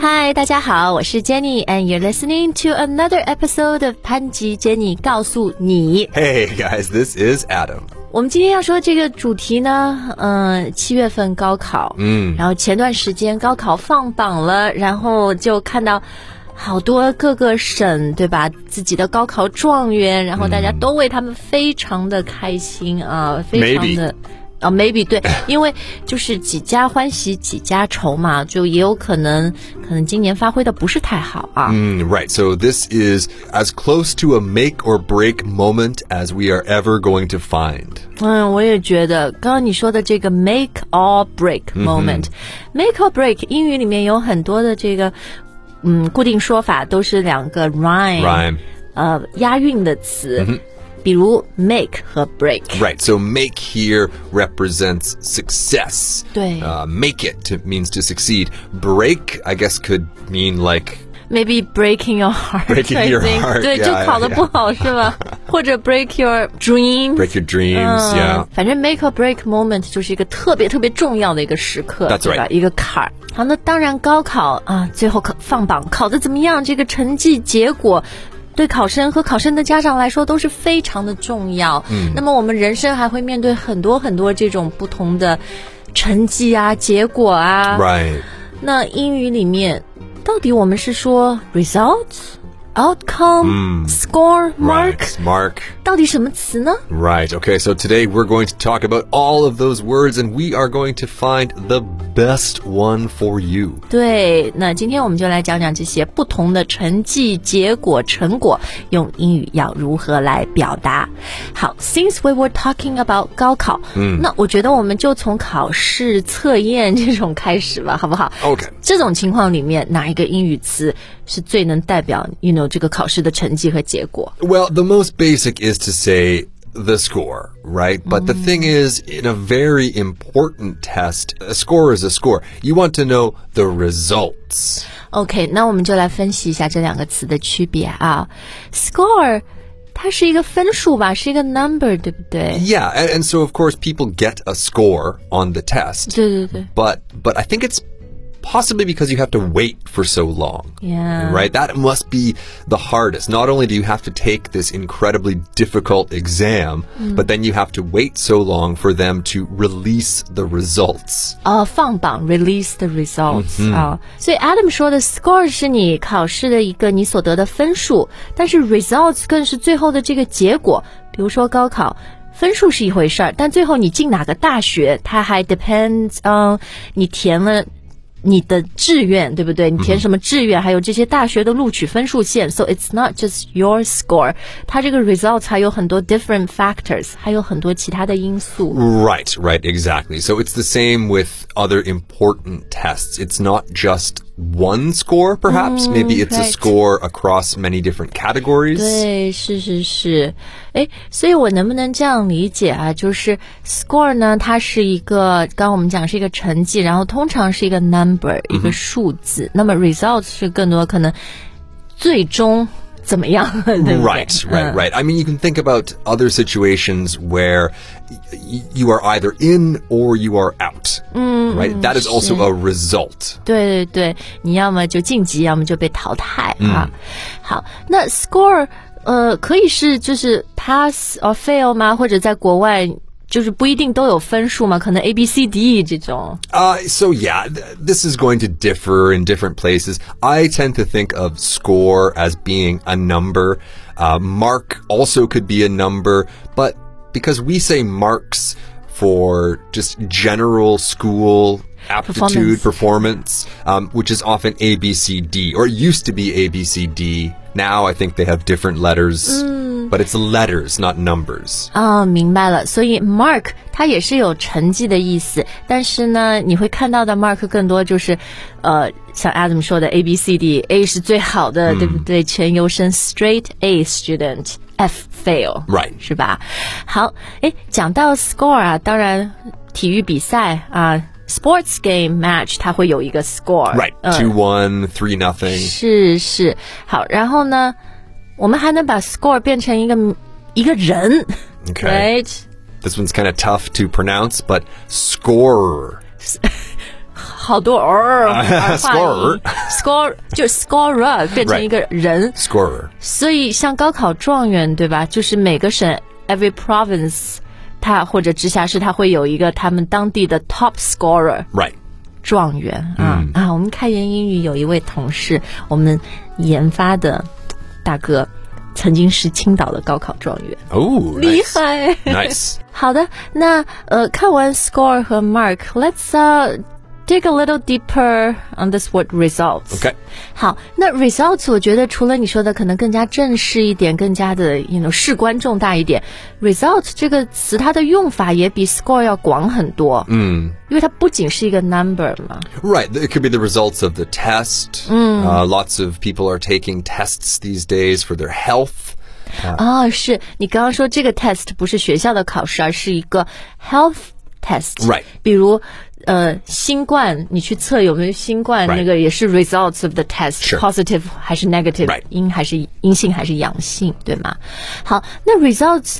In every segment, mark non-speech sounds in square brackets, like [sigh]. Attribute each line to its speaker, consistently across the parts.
Speaker 1: 嗨，大家好，我是 Jenny，and you're listening to another episode of 潘吉 Jenny 告诉你。
Speaker 2: Hey guys, this is Adam.
Speaker 1: 我们今天要说这个主题呢，嗯、七月份高考，
Speaker 2: 嗯
Speaker 1: 然后前段时间高考放榜了，然后就看到好多各个省对吧，自己的高考状元，然后大家都为他们非常的开心啊，非常的。啊、m a y b e 对，因为就是几家欢喜几家愁嘛，就也有可能，可能今年发挥的不是太好啊。
Speaker 2: Mm, right, so this is as close to a make or break moment as we are ever going to find.
Speaker 1: 嗯，我也觉得，刚刚你说的这个 make or break
Speaker 2: 嗯
Speaker 1: moment，make、or break 英语里面有很多的这个，嗯，固定说法都是两个 rhyme，,
Speaker 2: Rhyme. 嗯
Speaker 1: 呃，押韵的词，比如 make 和 break。
Speaker 2: Right, so make here represents success.
Speaker 1: 对
Speaker 2: Uh, make it means to succeed. Break, I guess, could mean like
Speaker 1: Maybe breaking your heart,
Speaker 2: Breaking
Speaker 1: I
Speaker 2: your
Speaker 1: think.
Speaker 2: heart,
Speaker 1: 对
Speaker 2: yeah,
Speaker 1: 就考得
Speaker 2: yeah,
Speaker 1: 不好是吧？或者 break your dream，
Speaker 2: break your dreams,
Speaker 1: 嗯
Speaker 2: yeah.
Speaker 1: 反正 make or break moment 就是一个特别特别重要的一个时刻
Speaker 2: That's
Speaker 1: 对吧？
Speaker 2: right.
Speaker 1: 一个坎儿。好，那当然高考啊，最后考放榜考的怎么样，这个成绩结果。对考生和考生的家长来说都是非常的重要。嗯，那么我们人生还会面对很多很多这种不同的成绩啊、结果啊。
Speaker 2: Right.
Speaker 1: 那英语里面，到底我们是说 result、outcome、score、mark，、
Speaker 2: 嗯 Right. Mark.
Speaker 1: 到底什么词呢？
Speaker 2: Right. Okay. So today we're going to talk about all of those words and we are going to find the best one for you.
Speaker 1: 对，那今天我们就来讲讲这些不同的成绩、结果、成果，用英语要如何来表达。好，since we were talking about 高考，嗯，那我觉得我们就从考试、测验这种开始吧，好不好
Speaker 2: OK
Speaker 1: 这种情况里面，哪一个英语词是最能代表 you know 这个考试的成绩和结果？
Speaker 2: Well, the most basic is to say the score, right? But the thing is, in a very important test, a score is a score. You want to know the results.
Speaker 1: OK，那我们就来分析一下这两个词的区别啊。Score，它是一个分数吧，是一个 number，对不对？
Speaker 2: Yeah, and, and so of course people get a score on the test.
Speaker 1: 对对对。
Speaker 2: But but I think it's possibly because you have to wait for so long.
Speaker 1: Yeah.
Speaker 2: Right? That must be the hardest. Not only do you have to take this incredibly difficult exam, but then you have to wait so long for them to release the results.
Speaker 1: 呃，放榜 release the results 啊、所以 Adam 说的 score 是你考试的一个你所得的分数，但是 results 更是最后的这个结果。比如说高考，分数是一回事儿，但最后你进哪个大学，它还 depends on 你填了。你的志愿对不对？你填什么志愿？还有这些大学的录取分数线，so it's not just your score。它这个 results 还有很多 different factors，还有很多其他的因素。
Speaker 2: Right, right, exactly. So it's the same with other important tests. It's not just one score, perhaps. Maybe it's
Speaker 1: right.
Speaker 2: a score across many different categories.
Speaker 1: 对，哎是是是，哎，所以我能不能这样理解啊？就是 score 呢，它是一个，刚刚我们讲是一个成绩，然后通常是一个 number，一
Speaker 2: 嗯
Speaker 1: 个数字。那么 result 是更多可能最终怎么样， [laughs] 对不对嗯
Speaker 2: Right, right, right. I mean, you can think about other situations where y- y- you are either in or you are out. right? That is also a result.
Speaker 1: 对对对，你要么就晋级，要么就被淘汰
Speaker 2: 嗯
Speaker 1: 啊。好，那 score 呃可以是就是 pass or fail 吗？或者在国外就是不一定都有分数嘛？可能 A B C D E 这种。
Speaker 2: Uh, so yeah, th- this is going to differ in different places. I tend to think of score as being a number. Uh, mark also could be a number, but because we say marks for just general school aptitude
Speaker 1: Performance.
Speaker 2: performance, um, which is often A B C D or it used to be A B C D. Now I think they have different letters,
Speaker 1: Mm.
Speaker 2: but it's letters, not numbers.
Speaker 1: 哦，明白了。所以 mark 它也是有成绩的意思，但是呢，你会看到的 mark 更多就是，呃，像 Adam 说的 A B C D，A 是最好的，
Speaker 2: 嗯
Speaker 1: 对不对？全优生 straight A student，F fail，
Speaker 2: Right.
Speaker 1: 是吧？好，哎，讲到 score 啊，当然体育比赛啊，sports game match 它会有一个 score，呃
Speaker 2: Right. 2 1, 3 nothing.
Speaker 1: 是是，好，然后呢，我们还能把 score 变成一个一个人
Speaker 2: Okay.
Speaker 1: ，right？
Speaker 2: This one's kind of tough to pronounce, but scorer.
Speaker 1: 好多儿
Speaker 2: 啊
Speaker 1: 儿化
Speaker 2: scorer
Speaker 1: 音 score 就 scorer 变成
Speaker 2: Right
Speaker 1: 一个人
Speaker 2: Scorer.
Speaker 1: 所以像高考状元对吧？就是每个省 every province 它或者直辖市它会有一个他们当地的 top scorer。
Speaker 2: Right.
Speaker 1: 状元啊、
Speaker 2: 嗯
Speaker 1: 啊！我们开源英语有一位同事，我们研发的大哥，曾经是青岛的高考状元，
Speaker 2: Oh,
Speaker 1: 厉
Speaker 2: nice.
Speaker 1: 害。
Speaker 2: nice.
Speaker 1: 好的，那呃，看完 score 和 mark，let's、uh, dig a little deeper on this word results。
Speaker 2: Okay.
Speaker 1: 好，那 results 我觉得除了你说的可能更加正式一点，更加的 you know 事关重大一点，result 这个词它的用法也比 score 要广很多。嗯，因为它不仅是一个 number 嘛。
Speaker 2: Right. It could be the results of the test. Uh, lots of people are taking tests these days for their health.
Speaker 1: 啊、是你刚刚说这个 test 不是学校的考试，而是一个 health test。
Speaker 2: Right.
Speaker 1: 比如，呃，新冠，你去测有没有新冠
Speaker 2: Right.
Speaker 1: 那个也是 results of the test，positive、
Speaker 2: Sure.
Speaker 1: positive 还是 negative，、
Speaker 2: Right.
Speaker 1: 阴还是阴性还是阳性，对吗？好，那 results，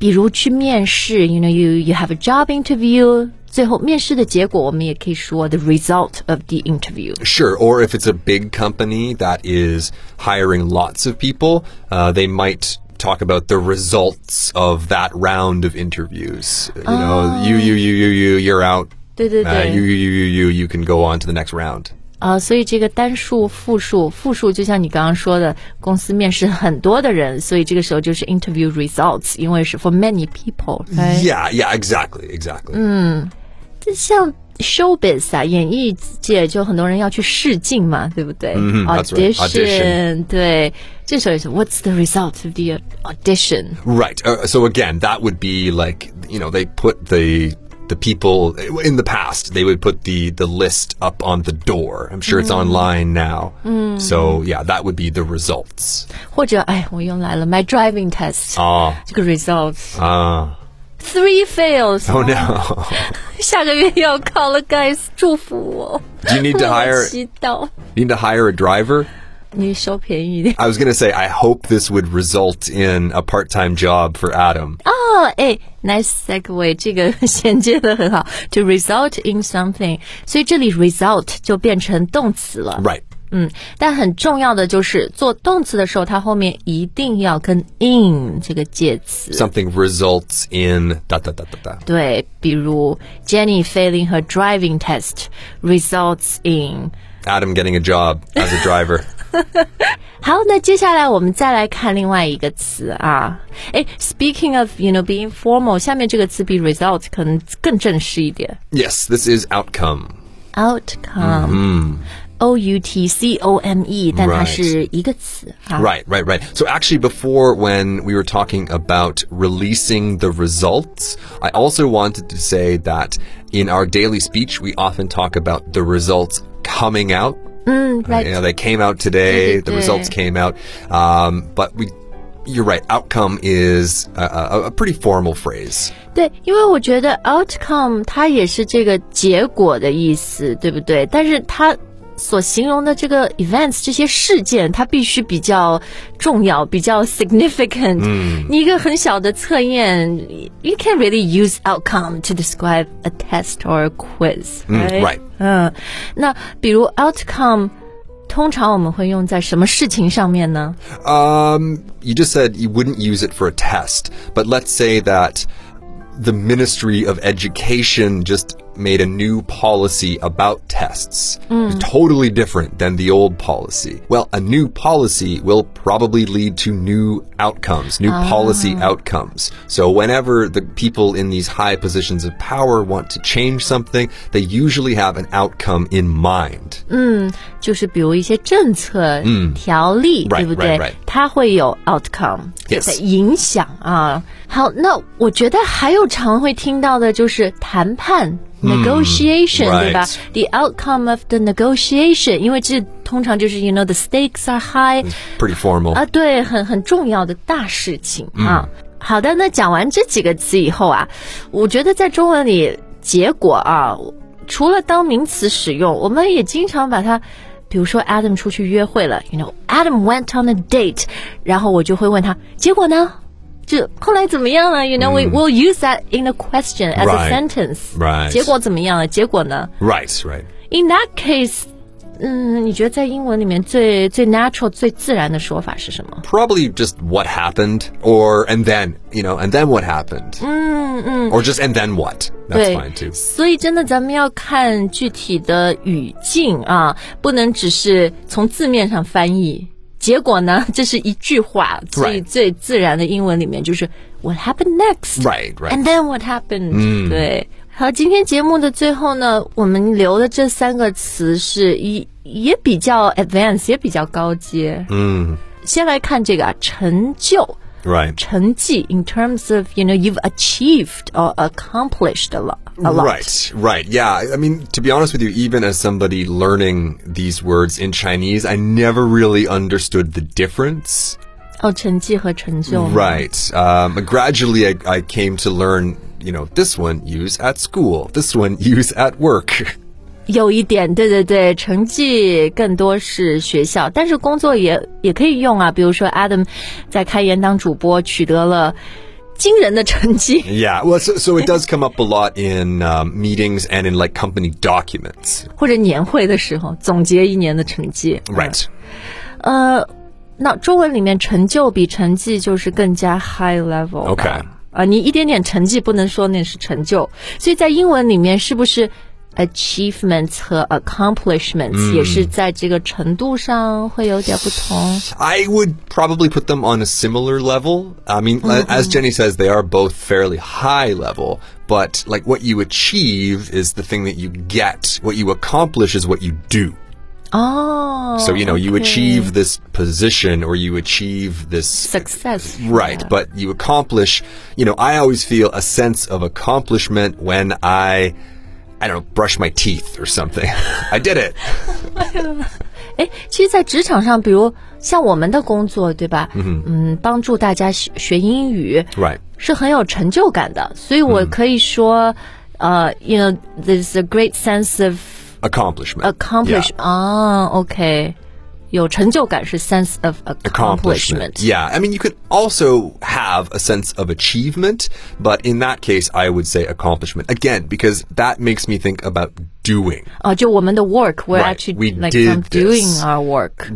Speaker 1: 比如去面试，you know you you have a job interview，最后面试的结果我们也可以说 the result of the interview。
Speaker 2: Sure. Or if it's a big company that is hiring lots of people, uh, they might talk about the results of that round of interviews. You know, you, you, you, you, you, you're out.
Speaker 1: 对对对。
Speaker 2: Uh, you, you, you, you, you, you can go on to the next round.
Speaker 1: 啊，所以这个单数、复数、复数，就像你刚刚说的，公司面试很多的人，所以这个时候就是 interview results，因为是 for many people。哎，
Speaker 2: 嗯 Yeah, yeah, exactly, exactly.
Speaker 1: 这像 showbiz 啊，演艺界就很多人要去试镜嘛，对不对、
Speaker 2: 嗯 that's right, audition
Speaker 1: 对，这时候也是 What's the result of the audition？
Speaker 2: Right. Uh, so again, that would be like you know they put the the people in the past they would put the the list up on the door. I'm sure it's online now. So yeah, that would be the results.
Speaker 1: 或者哎，我又来了，my driving test，、
Speaker 2: Ah,
Speaker 1: 这个 results
Speaker 2: ah.
Speaker 1: three fails，、
Speaker 2: Oh no.
Speaker 1: [laughs]
Speaker 2: [laughs]
Speaker 1: 下个月要考了，guys，祝福我。
Speaker 2: Do you need
Speaker 1: [laughs]
Speaker 2: to
Speaker 1: 我
Speaker 2: hire
Speaker 1: 祈祷。
Speaker 2: need to hire a driver?
Speaker 1: 你收便宜一点
Speaker 2: I was gonna say I hope this would result in a part time job for Adam.
Speaker 1: 哦，哎，nice segue，这个 [laughs] 衔接的很好，to result in something，所以这里 result 就变成动词了。
Speaker 2: Right.
Speaker 1: 嗯，但很重要的就是做动词的时候，它后面一定要跟 in 这个介词。
Speaker 2: Something results in da da da da da.
Speaker 1: 对，比如 Jenny failing her driving test results in
Speaker 2: Adam getting a job as a driver.
Speaker 1: 好，那接下来我们再来看另外一个词啊。哎，Speaking of you know being formal，下面这个词比 result 可能更正式一点。
Speaker 2: yes, this is outcome. 嗯
Speaker 1: outcome，o u t c o m e，但它
Speaker 2: Right
Speaker 1: 是一个词啊。
Speaker 2: Right, right, right. So actually, before when we were talking about releasing the results, I also wanted to say that in our daily speech, we often talk about the results coming out. Uh,
Speaker 1: right.
Speaker 2: You know, they came out today. The
Speaker 1: Yeah.
Speaker 2: results came out. Um, but we, you're right. Outcome is a, a, a pretty formal phrase.
Speaker 1: 对，因为我觉得 outcome 它也是这个结果的意思，对不对？但是它所形容的这个 events 这些事件，它必须比较重要，比较 significant。嗯，你一个很小的测验，you can really use outcome to describe a test or a quiz。
Speaker 2: Mm, right.
Speaker 1: 嗯，那比如 outcome，通常我们会用在什么事情上面呢？
Speaker 2: Um, you just said you wouldn't use it for a test, but let's say that the Ministry of Education just made a new policy about tests. It's Totally different than the old policy. Well, a new policy will probably lead to new outcomes, new policy outcomes. So whenever the people in these high positions of power want to change something, they usually have an outcome in mind.
Speaker 1: 就是比如一些政策、条例，
Speaker 2: 嗯 Right,
Speaker 1: 对不对
Speaker 2: right, right.
Speaker 1: 它会有 outcome，
Speaker 2: Yes.
Speaker 1: 的影响啊。好，那我觉得还有常会听到的就是谈判。Negotiation，、
Speaker 2: 嗯 right.
Speaker 1: 对吧？The outcome of the negotiation，因为这通常就是 you know the stakes are
Speaker 2: 嗯
Speaker 1: high，
Speaker 2: Pretty formal.
Speaker 1: 啊，对，很很重要的大事情
Speaker 2: 嗯
Speaker 1: 啊。好的，那讲完这几个词以后啊，我觉得在中文里，结果啊，除了当名词使用，我们也经常把它。比如说 Adam 出去约会了，you know Adam went on a date，然后我就会问他结果呢？就后来怎么样了？You know we will use that in a question as a
Speaker 2: 嗯 Right.
Speaker 1: sentence。
Speaker 2: Right.
Speaker 1: 结果怎么样了？结果呢
Speaker 2: Right, right.
Speaker 1: ？In that case，嗯，你觉得在英文里面最最 natural 最自然的说法是什么？
Speaker 2: Probably just what happened, or and then, you know, and then what happened.
Speaker 1: Mm,
Speaker 2: Or just and then what. That's
Speaker 1: 对
Speaker 2: fine too.，
Speaker 1: 所以真的咱们要看具体的语境啊，不能只是从字面上翻译。结果呢，这是一句话，最
Speaker 2: Right.
Speaker 1: 最自然的英文里面就是 What happened next?
Speaker 2: Right, right. Mm.
Speaker 1: And then what happened？、对。好，今天节目的最后呢，我们留的这三个词是也也比较 advanced，也比较高阶。嗯，
Speaker 2: Mm.
Speaker 1: 先来看这个啊，成就。
Speaker 2: Right.
Speaker 1: 成绩 in terms of you know you've achieved or accomplished a lot. A lot.
Speaker 2: Right, right. Yeah. I mean, to be honest with you, even as somebody learning these words in Chinese, I never really understood the difference.
Speaker 1: 哦，成绩和成就。
Speaker 2: Right. Um, gradually, I, I came to learn, you know, this one use at school, this one use at work. [laughs]
Speaker 1: 有一点，对对对，成绩更多是学校，但是工作也也可以用啊。比如说 Adam 在开言当主播取得了惊人的成绩。
Speaker 2: Yeah. Well, so, so it does come up a lot in um, meetings and in like company documents.
Speaker 1: 或者年会的时候总结一年的成绩。
Speaker 2: Right.
Speaker 1: 呃，那中文里面成就比成绩就是更加 high level 吧。
Speaker 2: Okay
Speaker 1: 啊，你一点点成绩不能说那是成就，所以在英文里面是不是 achievements 和 accomplishments、也
Speaker 2: 嗯
Speaker 1: 是在这个程度上会有点不同？
Speaker 2: I would probably put them on a similar level. I mean, a- as Jenny says, they are both fairly high level, but like what you achieve is the thing that you get, what you accomplish is what you do.
Speaker 1: 哦
Speaker 2: So, you know, you
Speaker 1: okay
Speaker 2: achieve this position or you achieve this
Speaker 1: success
Speaker 2: Right, but you accomplish, you know, I always feel a sense of accomplishment when I, I don't know, brush my teeth or something. [laughs] I did it.
Speaker 1: 哎，其实，在职场上，比如像我们的工作，对吧？嗯帮助大家学学英语
Speaker 2: Right. 嗯
Speaker 1: 是很有成就感的。所以我可以说，呃、y o u know, there's a great sense of
Speaker 2: Accomplishment.
Speaker 1: accomplish.
Speaker 2: Yeah.
Speaker 1: 啊、o k 有成就感是 sense of
Speaker 2: Accomplishment.
Speaker 1: accomplishment。
Speaker 2: Yeah. I mean, you could also have a sense of achievement, but in that case, I would say accomplishment. Again, because that makes me think about doing.
Speaker 1: 哦、就我们的 work，we're
Speaker 2: Right,
Speaker 1: actually
Speaker 2: we
Speaker 1: like
Speaker 2: did
Speaker 1: from doing
Speaker 2: this.
Speaker 1: our work。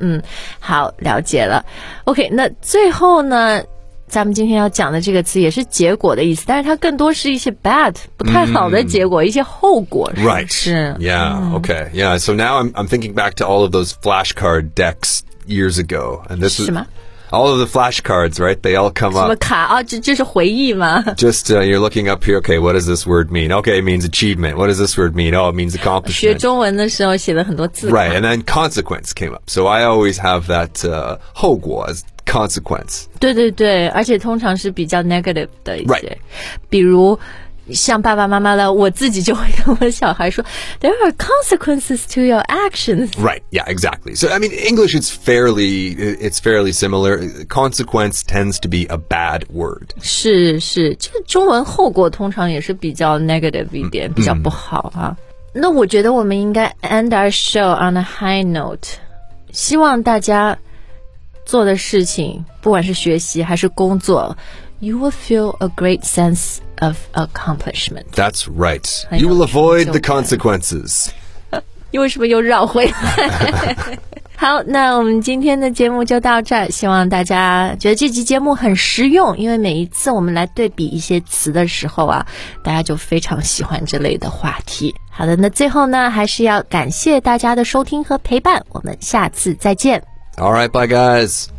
Speaker 1: 嗯
Speaker 2: Right.
Speaker 1: 好，了解了。OK，那最后呢，咱们今天要讲的这个词也是结果的意思，但是它更多是一些 bad 不太好的结果，一些后果，是不
Speaker 2: 嗯 Right.
Speaker 1: 是
Speaker 2: Yeah. Mm. Okay. Yeah. So now I'm, I'm thinking back to all of those flashcard decks years ago, and this is
Speaker 1: Shema.
Speaker 2: all of the flashcards. Right? They all come
Speaker 1: 什么
Speaker 2: up.
Speaker 1: 卡啊？这这是回忆吗？
Speaker 2: Just uh, you're looking up here. Okay, what does this word mean? Okay, it means achievement. What does this word mean? Oh, it means
Speaker 1: 学
Speaker 2: accomplishment.
Speaker 1: 中文的时候写了很多字卡
Speaker 2: Right. And then consequence came up. So I always have that uh, 后果 as consequence.
Speaker 1: 对对对，而且通常是比较 negative 的一些
Speaker 2: Right
Speaker 1: 比如像爸爸妈妈了，我自己就会跟我小孩说，There [laughs] are consequences to your actions。
Speaker 2: Right. Yeah. Exactly. So I mean, English it's fairly it's fairly similar. Consequence tends to be a bad word.
Speaker 1: 是是，这个中文后果通常也是比较 negative 一点，比较不好啊。那我觉得我们应该 end our show on a high note。希望大家做的事情，不管是学习还是工作，you will feel a great sense of accomplishment。
Speaker 2: That's right.
Speaker 1: I
Speaker 2: you
Speaker 1: know,
Speaker 2: will avoid
Speaker 1: so
Speaker 2: the
Speaker 1: bad.
Speaker 2: consequences.
Speaker 1: 又为什么又绕回来？好，那我们今天的节目就到这儿，希望大家觉得这期节目很实用，因为每一次我们来对比一些词的时候啊，大家就非常喜欢这类的话题。好的，那最后呢，还是要感谢大家的收听和陪伴，我们下次再见。
Speaker 2: All right, bye guys.